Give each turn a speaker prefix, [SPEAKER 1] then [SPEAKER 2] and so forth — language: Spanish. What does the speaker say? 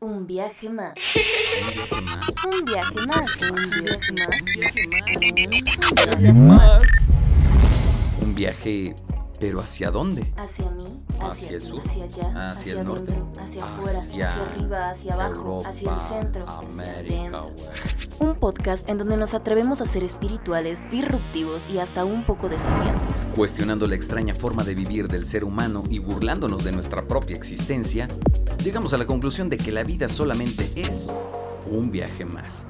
[SPEAKER 1] Un viaje más. Un viaje más. Un viaje más.
[SPEAKER 2] Un viaje, pero ¿hacia dónde?
[SPEAKER 1] Hacia mí, hacia,
[SPEAKER 2] Hacia el
[SPEAKER 1] ti,
[SPEAKER 2] sur,
[SPEAKER 1] hacia allá,
[SPEAKER 2] hacia el norte,
[SPEAKER 1] adentro, hacia afuera,
[SPEAKER 2] hacia
[SPEAKER 1] hacia arriba, hacia abajo,
[SPEAKER 2] Europa,
[SPEAKER 1] hacia el centro, hacia
[SPEAKER 2] América,
[SPEAKER 1] adentro.
[SPEAKER 2] güey.
[SPEAKER 1] Un podcast en donde nos atrevemos a ser espirituales, disruptivos y hasta un poco desafiantes.
[SPEAKER 2] Cuestionando la extraña forma de vivir del ser humano y burlándonos de nuestra propia existencia, llegamos a la conclusión de que la vida solamente es un viaje más.